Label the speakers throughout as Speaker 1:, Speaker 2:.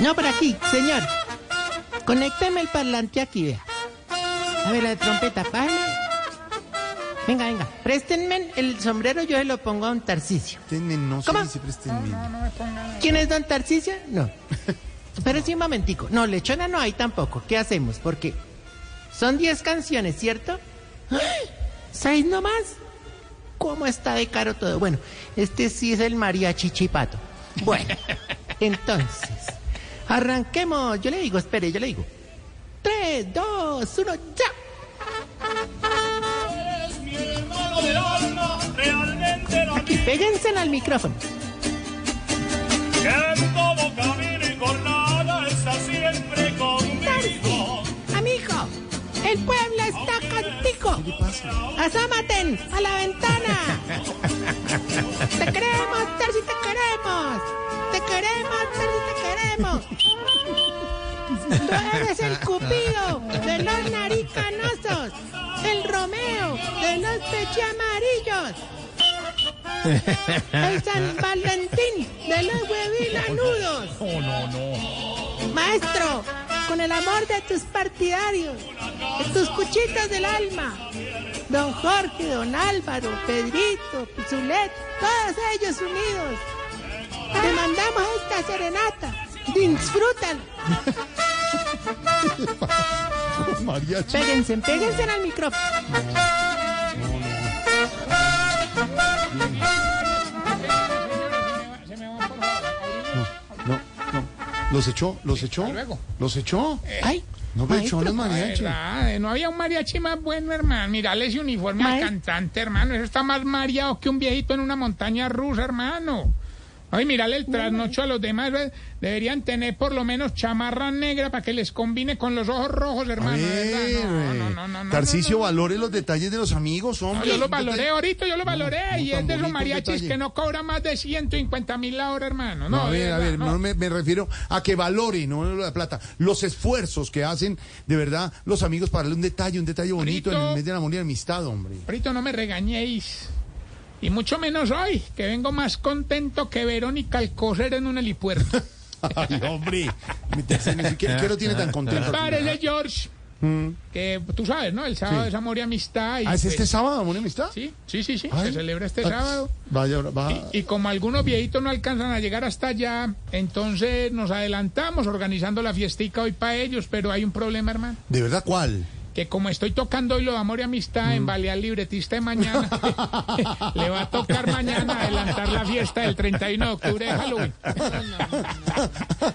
Speaker 1: No, por aquí, señor. Conécteme el parlante aquí, vea. A ver, la trompeta, página. Venga, venga. Préstenme el sombrero, yo se lo pongo a don Tarcicio.
Speaker 2: Tenme, no se
Speaker 1: ¿Cómo?
Speaker 2: dice prestenme.
Speaker 1: ¿Quién es don Tarcicio? No. Pero sí, un momentico. No, lechona no hay tampoco. ¿Qué hacemos? Porque son 10 canciones, ¿cierto? ¡Ay! ¿Seis nomás? ¿Cómo está de caro todo? Bueno, este sí es el mariachi chipato. Bueno, entonces, arranquemos. Yo le digo, espere, yo le digo. Tres, dos, uno, ya.
Speaker 3: Eres mi hermano del alma, realmente lo
Speaker 1: Aquí, péguense al micrófono.
Speaker 3: que en todo camino y jornada está siempre conmigo.
Speaker 1: Amigo, el pueblo está contigo.
Speaker 2: ¿Qué pasa?
Speaker 1: ¡Asámaten a la ventana! ¡Te queremos, Tarsi, te queremos! ¡Te queremos, Tarsi, te queremos! ¡Tú eres el cupido de los naricanosos! ¡El Romeo de los pechiamarillos! ¡El San Valentín de los huevilanudos!
Speaker 3: No, no, no.
Speaker 1: Maestro, con el amor de tus partidarios, de tus cuchitas del alma, don Jorge, don Álvaro, Pedrito, Pizulet, todos ellos unidos, te mandamos esta serenata, disfrútala.
Speaker 2: Mariachi.
Speaker 1: Péguense, péguense al micrófono.
Speaker 2: No, no. ¿Los echó? ¿Los echó?
Speaker 4: luego. Eh.
Speaker 2: ¿Los echó?
Speaker 1: Ay,
Speaker 2: No
Speaker 5: pues,
Speaker 2: me echó los mariachi.
Speaker 4: Ah, Verdad, No había un mariachi más bueno, hermano. Mirale ese uniforme al
Speaker 1: Maes-
Speaker 4: cantante, hermano. Eso está más mareado que un viejito en una montaña rusa, hermano. Ay, mirale el trasnocho a los demás. ¿ves? Deberían tener por lo menos chamarra negra para que les combine con los ojos rojos, hermano. ¿verdad? No, no, no, no, no,
Speaker 2: Tarcicio,
Speaker 4: no, no.
Speaker 2: valore los detalles de los amigos, hombre.
Speaker 4: Yo los valoré ahorita, yo los valoré.
Speaker 2: no
Speaker 4: y
Speaker 2: tan
Speaker 4: es de los
Speaker 2: bonito
Speaker 4: mariachis
Speaker 2: detalle.
Speaker 4: que no cobran más de 150 mil la hora, hermano. No,
Speaker 2: No, a
Speaker 4: de
Speaker 2: ver, a
Speaker 4: verdad,
Speaker 2: ver,
Speaker 4: no.
Speaker 2: no me, me refiero a que valore, no la plata, los esfuerzos que hacen de verdad los amigos para darle un detalle, un detalle bonito en
Speaker 4: Rito.
Speaker 2: el mes del amor y la amistad, hombre.
Speaker 4: Ahorita no me regañéis. Y mucho menos hoy, que vengo más contento que Verónica Alcocer en un helipuerto.
Speaker 2: Ay, hombre, me te hacen eso. ¿qué, qué lo tiene tan contento?
Speaker 4: Parece, George, que tú sabes, ¿no? El sábado es amor y amistad. Y,
Speaker 2: Mm. Ah, ¿es
Speaker 4: pues,
Speaker 2: este sábado, amor y amistad?
Speaker 4: Sí, sí, sí, sí.
Speaker 2: Ay.
Speaker 4: se celebra este
Speaker 2: Ah,
Speaker 4: sábado.
Speaker 2: Vaya, va.
Speaker 4: Y, y como algunos viejitos no alcanzan a llegar hasta allá, entonces nos adelantamos organizando la fiestica hoy para ellos, pero hay un problema, hermano.
Speaker 2: ¿De verdad cuál?
Speaker 4: que como estoy tocando hoy lo de amor y amistad
Speaker 2: Mm.
Speaker 4: en Balear Libretista de mañana, le va a tocar mañana adelantar la fiesta del 31 de octubre de Halloween.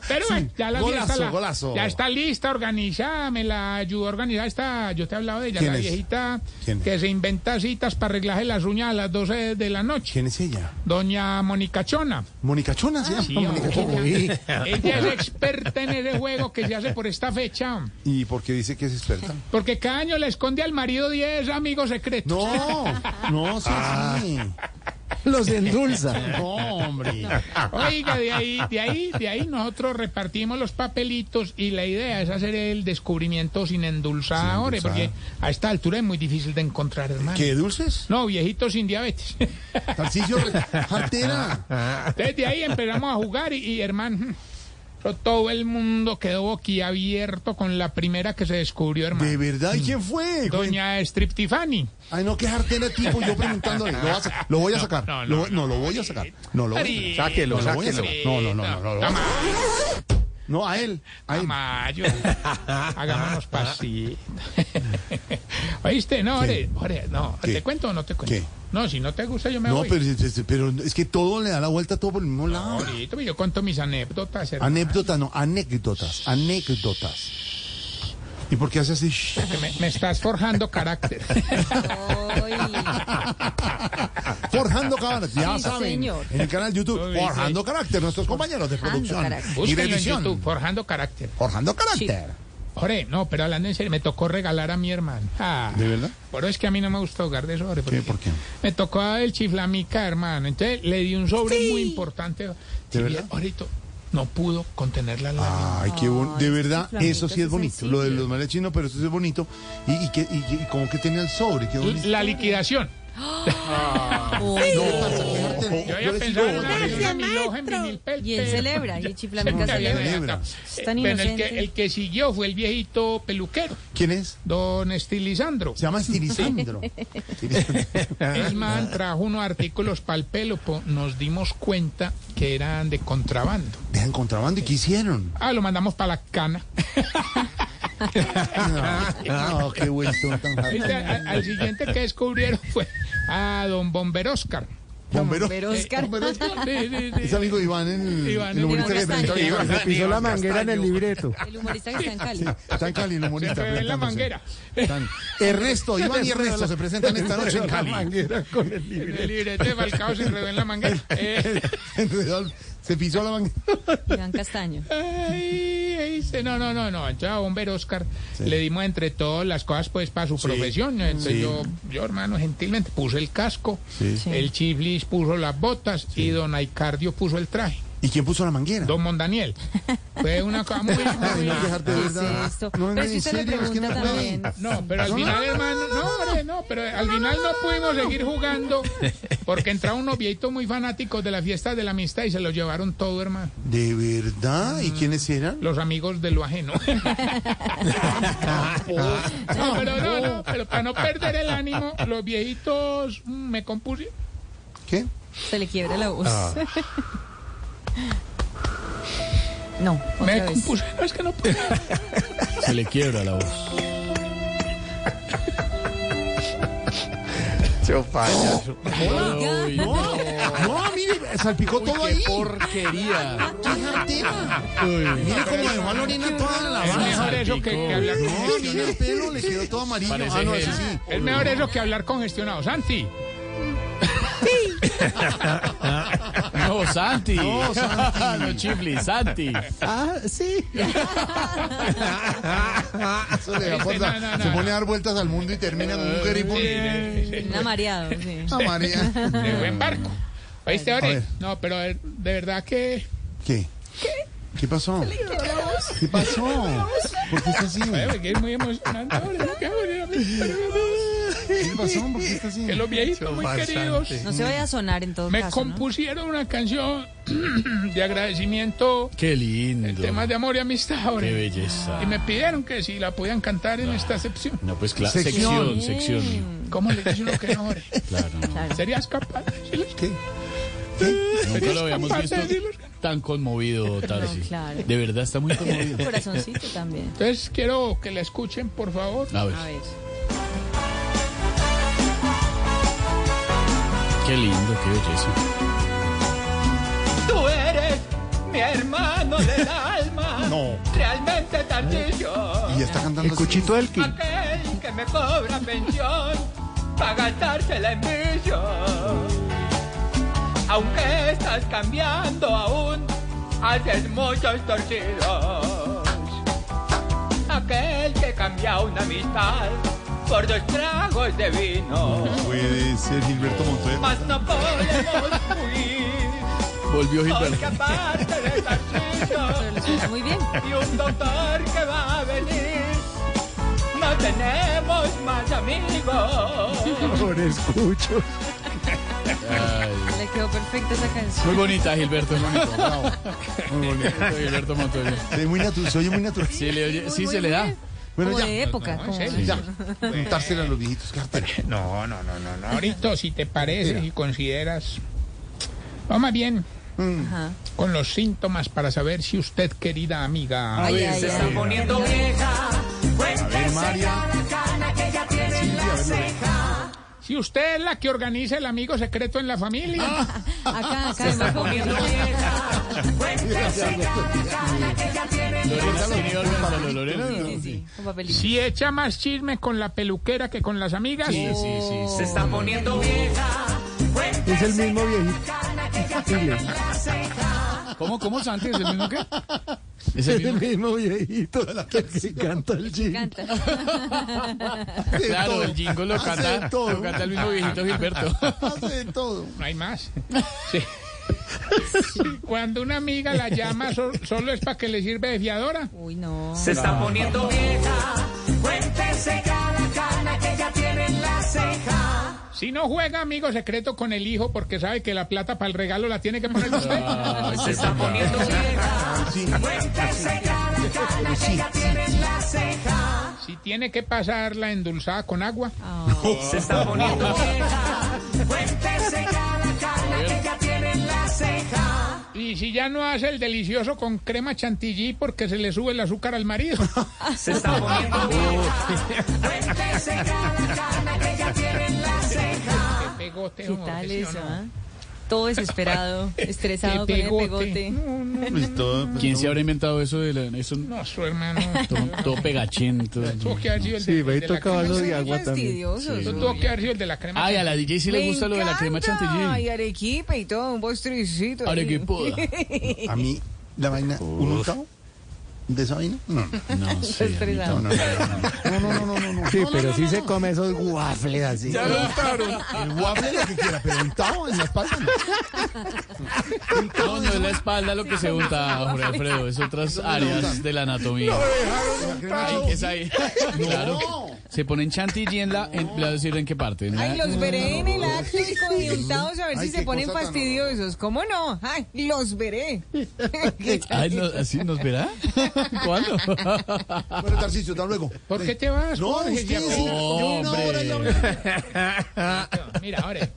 Speaker 4: Pero bueno, ya la
Speaker 2: golazo,
Speaker 4: fiesta la-
Speaker 2: golazo.
Speaker 4: ya está lista, organizada, me la ayudó a organizar esta, yo te he hablado de ella,
Speaker 2: ¿Quién
Speaker 4: la
Speaker 2: es?
Speaker 4: viejita
Speaker 2: ¿Quién?
Speaker 4: que se inventa citas para arreglarse las uñas a las 12 de la noche,
Speaker 2: ¿Quién es ella?
Speaker 4: doña Mónica Chona.
Speaker 2: Mónica Chona, ¿sí?
Speaker 4: Ah, sí,
Speaker 2: Mónica Chona.
Speaker 4: Ella es experta en ese juego que se hace por esta fecha,
Speaker 2: ¿Y por qué dice que es experta?
Speaker 4: porque cada año le esconde al marido 10 amigos secretos.
Speaker 2: No, no, sí, sí. Ah. Los endulza. No, hombre.
Speaker 4: Oiga, de ahí, de ahí, de ahí nosotros repartimos los papelitos y la idea es hacer el descubrimiento sin endulzadores,
Speaker 2: Sin endulzar.
Speaker 4: porque a esta altura es muy difícil de encontrar, hermano.
Speaker 2: ¿Qué dulces?
Speaker 4: No, viejitos sin diabetes.
Speaker 2: Tarcillo, jartera.
Speaker 4: Entonces de ahí empezamos a jugar y, y, hermano, eso todo el mundo quedó boquiabierto con la primera que se descubrió,
Speaker 2: ¿De
Speaker 4: hermano.
Speaker 2: verdad? ¿Y quién fue?
Speaker 4: Doña Strip Tiffany.
Speaker 2: Ay, no, qué jartera tipo, yo preguntándole. Lo, vas a- lo voy a sacar.
Speaker 4: no,
Speaker 2: lo, no, lo voy a sacar. No, lo voy a sacar.
Speaker 6: Sáquelo,
Speaker 2: no, lo voy a
Speaker 6: sáquelo.
Speaker 2: sacar. No, no, no, no, no, lo voy a sacar.
Speaker 4: Tamayo,
Speaker 2: No, a él. A él.
Speaker 4: Tamayo, hagámonos pasito. ¿Oíste? No,
Speaker 2: ¿Qué?
Speaker 4: ore, ore, no.
Speaker 2: ¿Qué?
Speaker 4: ¿Te cuento o no te cuento?
Speaker 2: ¿Qué?
Speaker 4: No, si no te gusta yo me
Speaker 2: No,
Speaker 4: voy.
Speaker 2: pero, pero es que todo le da la vuelta todo por el mismo lado.
Speaker 4: Ahorita, yo cuento mis anécdotas. hermano.
Speaker 2: Anécdotas, no, anécdotas, anécdotas. ¿Y por qué hace así? Shh.
Speaker 4: Que Me, me estás forjando carácter.
Speaker 2: Forjando carácter, ya
Speaker 5: Sí,
Speaker 2: saben.
Speaker 5: señor.
Speaker 2: En el canal YouTube,
Speaker 4: Uy,
Speaker 2: Forjando
Speaker 4: sí.
Speaker 2: Carácter, nuestros compañeros de
Speaker 5: Forjando
Speaker 2: producción
Speaker 5: carácter.
Speaker 2: y
Speaker 4: Búsquenlo en
Speaker 2: revisión.
Speaker 4: YouTube, forjando carácter.
Speaker 2: Forjando Carácter.
Speaker 4: Ore, no, pero hablando en serio, me tocó regalar a mi hermano. Ah,
Speaker 2: ¿De verdad?
Speaker 4: Pero es que a mí no me gusta jugar de sobre.
Speaker 2: ¿Qué? ¿Por qué?
Speaker 4: Me tocó el chiflamica, hermano. Entonces le di un sobre
Speaker 1: Sí.
Speaker 4: muy importante. Si bien,
Speaker 2: verdad? Ah.
Speaker 4: Ahorita no pudo contener la lágrima.
Speaker 2: Ay, qué bonito. De verdad,
Speaker 5: flamita,
Speaker 2: eso sí es
Speaker 5: es
Speaker 2: bonito. Lo de
Speaker 5: sensible.
Speaker 2: los malechinos, pero eso sí es bonito. Y, y que, y, y como que tiene el sobre, qué bonito.
Speaker 4: La liquidación. Yo
Speaker 2: Yo
Speaker 4: había
Speaker 2: les
Speaker 4: pensado
Speaker 2: digo,
Speaker 4: en la
Speaker 6: Gracias,
Speaker 4: Regina Milhoja en
Speaker 6: maestro.
Speaker 4: vinil pel-
Speaker 6: Y él
Speaker 4: pel-
Speaker 6: celebra, y Chiflamicas
Speaker 4: Ya había
Speaker 6: celebra.
Speaker 4: adelantado.
Speaker 2: Es
Speaker 6: tan
Speaker 4: Eh, bueno, el, que,
Speaker 6: inocente.
Speaker 4: el que siguió fue el viejito peluquero,
Speaker 2: ¿Quién es?
Speaker 4: don Estilizandro.
Speaker 2: Se llama Estilisandro.
Speaker 4: El man trajo unos artículos para el pelo, po- nos dimos cuenta que eran de contrabando.
Speaker 2: Dejan contrabando. ¿Y qué hicieron?
Speaker 4: Ah, lo mandamos para la cana. Ah.
Speaker 2: No, qué buen son tan
Speaker 4: Ahorita, Al, al siguiente que descubrieron fue a don Bomber Oscar.
Speaker 2: Bombero.
Speaker 6: Pero
Speaker 4: Eh,
Speaker 6: Oscar,
Speaker 4: Bomber Oscar, sí, sí, sí.
Speaker 2: Es amigo de Iván, el,
Speaker 4: Iván,
Speaker 2: el
Speaker 4: el
Speaker 2: humorista que
Speaker 6: Iván
Speaker 2: presentó
Speaker 6: Castaño.
Speaker 2: Iván.
Speaker 5: Pisó la manguera en el
Speaker 2: Castaño.
Speaker 5: libreto.
Speaker 6: el humorista que está en Cali.
Speaker 2: Está en Cali, el
Speaker 4: Se
Speaker 2: humorista.
Speaker 4: fue en la
Speaker 2: presentándose.
Speaker 4: manguera.
Speaker 2: Están- Ernesto, Iván y Ernesto se presentan esta noche
Speaker 5: La
Speaker 2: en Cali.
Speaker 5: manguera con el libreto.
Speaker 4: El librete de Falcao se enredó en la manguera. Eh,
Speaker 2: Enredado, Se pisó la manguera.
Speaker 6: Iván Castaño.
Speaker 4: ay, ahí se- no, no, no, no. Entonces a Bomber Oscar le dimos entre todas las cosas pues para su profesión. ¿no? Entonces
Speaker 2: Sí.
Speaker 4: yo, yo, hermano, gentilmente puse el casco,
Speaker 2: Sí.
Speaker 6: Sí.
Speaker 4: el chiflis puso las botas y don Aicardio puso el traje.
Speaker 2: ¿Y quién puso la manguera?
Speaker 4: Don Mondaniel. Fue una cosa muy...
Speaker 2: Ay,
Speaker 4: muy-
Speaker 2: no, quejarte de
Speaker 6: ¿Qué es
Speaker 2: verdad.
Speaker 6: esto?
Speaker 2: No,
Speaker 6: Ah, Pero
Speaker 2: en
Speaker 6: si usted le
Speaker 2: serio, es que no
Speaker 6: pregunta
Speaker 2: pueden.
Speaker 6: también.
Speaker 4: No, pero al final, hermano, no, hombre, no, pero al final no pudimos seguir jugando porque entraron unos viejitos muy fanáticos de la fiesta de la amistad y se lo llevaron todo, hermano.
Speaker 2: ¿De verdad? ¿Y quiénes eran?
Speaker 4: Los amigos de lo ajeno. No, pero no, no, pero para no perder el ánimo, los viejitos mm, me compusieron.
Speaker 2: ¿Qué?
Speaker 6: Se le quiebra la voz. No,
Speaker 4: Me
Speaker 6: otra vez.
Speaker 4: compusieron, es que no puedo.
Speaker 7: Se le quiebra la voz. Uy,
Speaker 2: No, mire, salpicó todo ahí.
Speaker 7: porquería.
Speaker 2: Mire cómo dejó a Lorena toda la
Speaker 4: Es mejor
Speaker 2: alabanza.
Speaker 4: eso que, que hablar con
Speaker 2: Ah, No, tiene el pelo, le quedó todo amarillo.
Speaker 7: Parece
Speaker 2: Ah, no,
Speaker 7: gel.
Speaker 2: ese sí.
Speaker 4: Es mejor eso que hablar congestionado. Santi.
Speaker 7: No, Santi. No,
Speaker 2: Santi.
Speaker 7: chifli, Santi.
Speaker 5: Ah, sí.
Speaker 2: Eso le da
Speaker 4: Este,
Speaker 2: fuerza.
Speaker 4: no, no,
Speaker 2: Se
Speaker 4: no,
Speaker 2: pone
Speaker 4: no.
Speaker 2: a dar vueltas al mundo y termina con un grifo.
Speaker 6: Una mareado, sí.
Speaker 2: Ah, María.
Speaker 4: De buen barco. ¿Oíste,
Speaker 2: A ver.
Speaker 4: Ore? No, pero de de verdad que.
Speaker 2: ¿Qué? ¿Qué pasó? ¿Qué pasó? ¿Por qué está así?
Speaker 4: eh, que es muy emocionante. Ore, ¿no? Que, Ore,
Speaker 2: ¿Qué pasó? ¿Por qué está así?
Speaker 4: que los viejitos muy queridos
Speaker 6: No se vaya a sonar en todo
Speaker 4: me
Speaker 6: caso, ¿no?
Speaker 4: compusieron una canción de agradecimiento,
Speaker 7: Qué lindo.
Speaker 4: temas de amor y amistad,
Speaker 7: Qué
Speaker 4: Ore.
Speaker 7: belleza.
Speaker 4: Y me pidieron que si la podían cantar en esta sección.
Speaker 7: No, pues claro.
Speaker 2: Sección.
Speaker 7: Sección, sección.
Speaker 4: ¿Cómo le dice uno que no, Ore?
Speaker 7: Claro, no.
Speaker 4: ¿Serías capaz? de decirles?
Speaker 7: Nunca lo habíamos
Speaker 4: Capaz de
Speaker 7: visto
Speaker 4: decirles que no?
Speaker 7: tan conmovido, Tarsi.
Speaker 6: No, claro.
Speaker 7: De verdad está muy conmovido.
Speaker 6: mm, Corazoncito también.
Speaker 4: Entonces quiero que la escuchen, por favor.
Speaker 7: A ver,
Speaker 6: A ver.
Speaker 7: qué lindo, qué belleza.
Speaker 3: Tú eres mi hermano del alma.
Speaker 2: No.
Speaker 3: Realmente tardillo.
Speaker 2: Y ya está cantando
Speaker 5: El
Speaker 2: así.
Speaker 5: cuchito del King.
Speaker 3: Aquel que me cobra pensión para gastarse la envidia. Aunque estás cambiando aún, haces muchos torcidos. Aquel que cambia una amistad por dos tragos de vino.
Speaker 2: Puede ser Gilberto Montoya.
Speaker 3: Mas no podemos huir,
Speaker 7: Volvió
Speaker 3: porque
Speaker 7: Gilberto.
Speaker 3: aparte de
Speaker 6: Pero
Speaker 3: Tarcillo
Speaker 6: lo escucho muy bien.
Speaker 3: y un doctor que va a venir, no tenemos más amigos.
Speaker 5: Por escucho.
Speaker 7: Ay,
Speaker 6: Le quedó perfecta esa canción.
Speaker 7: Muy bonita, Gilberto. Muy bonito.
Speaker 2: Bravo. Muy bonito.
Speaker 7: Gilberto Montoya.
Speaker 2: Se ve muy natural, se oye muy natural.
Speaker 7: Sí, le oye- sí
Speaker 6: Muy,
Speaker 7: se
Speaker 6: muy
Speaker 7: le da.
Speaker 6: bien.
Speaker 2: Bueno,
Speaker 6: como
Speaker 2: ya.
Speaker 6: de época.
Speaker 4: No, en
Speaker 6: como-
Speaker 4: serio.
Speaker 2: Ya. Juntársela a los viejitos. qué arte.
Speaker 4: No, no, no, no, no. Ahorita, si te parece,
Speaker 2: Mira.
Speaker 4: si consideras. Vamos bien
Speaker 6: Ajá.
Speaker 4: con los síntomas para saber si usted, querida amiga.
Speaker 6: Ay, ay, ay.
Speaker 3: poniendo vieja.
Speaker 2: A ver, María. Sí, a ver, Lorena.
Speaker 4: Si usted es la que organiza el amigo secreto en la familia.
Speaker 6: Ah. Acá, acá, en Bajo
Speaker 7: Lorena lo tiene organizado, Lorena. lo-
Speaker 6: Sí, sí, con papelito.
Speaker 4: Si echa más chisme con la peluquera que con las amigas.
Speaker 7: Sí, sí, sí. sí.
Speaker 5: Es el mismo viejito. Sigue.
Speaker 7: ¿Cómo, cómo, Santi? ¿Es el mismo qué?
Speaker 5: Es
Speaker 7: ¿Es el
Speaker 5: el
Speaker 7: mismo?
Speaker 5: mismo viejito. Que canta el jean.
Speaker 6: Canta.
Speaker 2: Hace de
Speaker 7: Claro,
Speaker 2: todo.
Speaker 7: el jingo lo
Speaker 2: Hace
Speaker 7: canta,
Speaker 2: de todo.
Speaker 7: lo canta el mismo viejito Gilberto.
Speaker 2: Hace de todo.
Speaker 4: No hay más. Sí. Sí, Cuando una amiga la llama, so- solo es para que le sirve de fiadora.
Speaker 6: Uy, no.
Speaker 3: Se está poniendo vieja. Cuéntese cada cana que ya tiene en la ceja.
Speaker 4: Si no juega amigo secreto con el hijo porque sabe que la plata para el regalo la tiene que poner usted.
Speaker 8: Se está poniendo vieja.
Speaker 4: Si tiene que pasar la endulzada con agua.
Speaker 8: Oh. Se está poniendo vieja.
Speaker 4: Y si ya no hace el delicioso con crema chantilly porque se le sube el azúcar al marido. Oh,
Speaker 8: Se está poniendo
Speaker 4: Qué pegote,
Speaker 6: ¿Qué
Speaker 4: hombre,
Speaker 6: tal
Speaker 4: ¿sí o
Speaker 6: eso?
Speaker 4: no?
Speaker 6: ah? Todo desesperado, estresado con
Speaker 4: Qué
Speaker 6: el pegote.
Speaker 2: Pues todo, pues,
Speaker 7: ¿Quién se habrá inventado eso de la, eso
Speaker 4: No, su hermano.
Speaker 7: todo, todo pegachento?
Speaker 4: Tuvo que haber sido el
Speaker 5: Sí,
Speaker 4: de,
Speaker 5: me
Speaker 4: el de la
Speaker 5: toca
Speaker 4: crema.
Speaker 5: algo de agua también.
Speaker 6: Fastidiosos.
Speaker 4: Eso
Speaker 6: uy.
Speaker 4: tuvo que haber sido el de la crema.
Speaker 7: Ay, a la DJ sí le
Speaker 6: Me
Speaker 7: gusta lo de la crema
Speaker 6: encanta, Y
Speaker 7: chantilly.
Speaker 6: arequipa y todo, un postricito.
Speaker 7: Ahora que
Speaker 6: ahí.
Speaker 7: pueda.
Speaker 2: A mí, la vaina, ¿un untado? ¿De esa vaina? No, no,
Speaker 7: No sé. a mí
Speaker 6: Estresado.
Speaker 2: no, no, no, no, no, no, no.
Speaker 5: Sí, pero sí se come esos waffles así.
Speaker 2: El waffle lo que quiera, pero untado en las patas. no.
Speaker 7: tampoco. No, no es la espalda lo que se unta, Jorge Alfredo. Es otras áreas de la anatomía.
Speaker 2: La crema
Speaker 7: Ahí, es ahí. Claro. Se ponen chantilly en la. En, le voy a decir en qué parte. En la-
Speaker 6: Ay, los veré en el acto y con untados a ver
Speaker 2: Ay,
Speaker 6: si se
Speaker 2: qué
Speaker 6: ponen
Speaker 2: cosa tan
Speaker 6: fastidiosos. ¿Cómo no? Ay, los veré.
Speaker 7: Ay, no, ¿Así nos verá? ¿Cuándo?
Speaker 2: chino. Bueno, Tarcisio, hasta luego.
Speaker 4: ¿Por qué te vas?
Speaker 2: No,
Speaker 4: Jorge?
Speaker 2: usted
Speaker 4: Ya-
Speaker 2: sí. Yo una hora ya
Speaker 7: Hombre.
Speaker 2: hablé.
Speaker 4: Mira, ahora.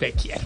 Speaker 4: Te quiero.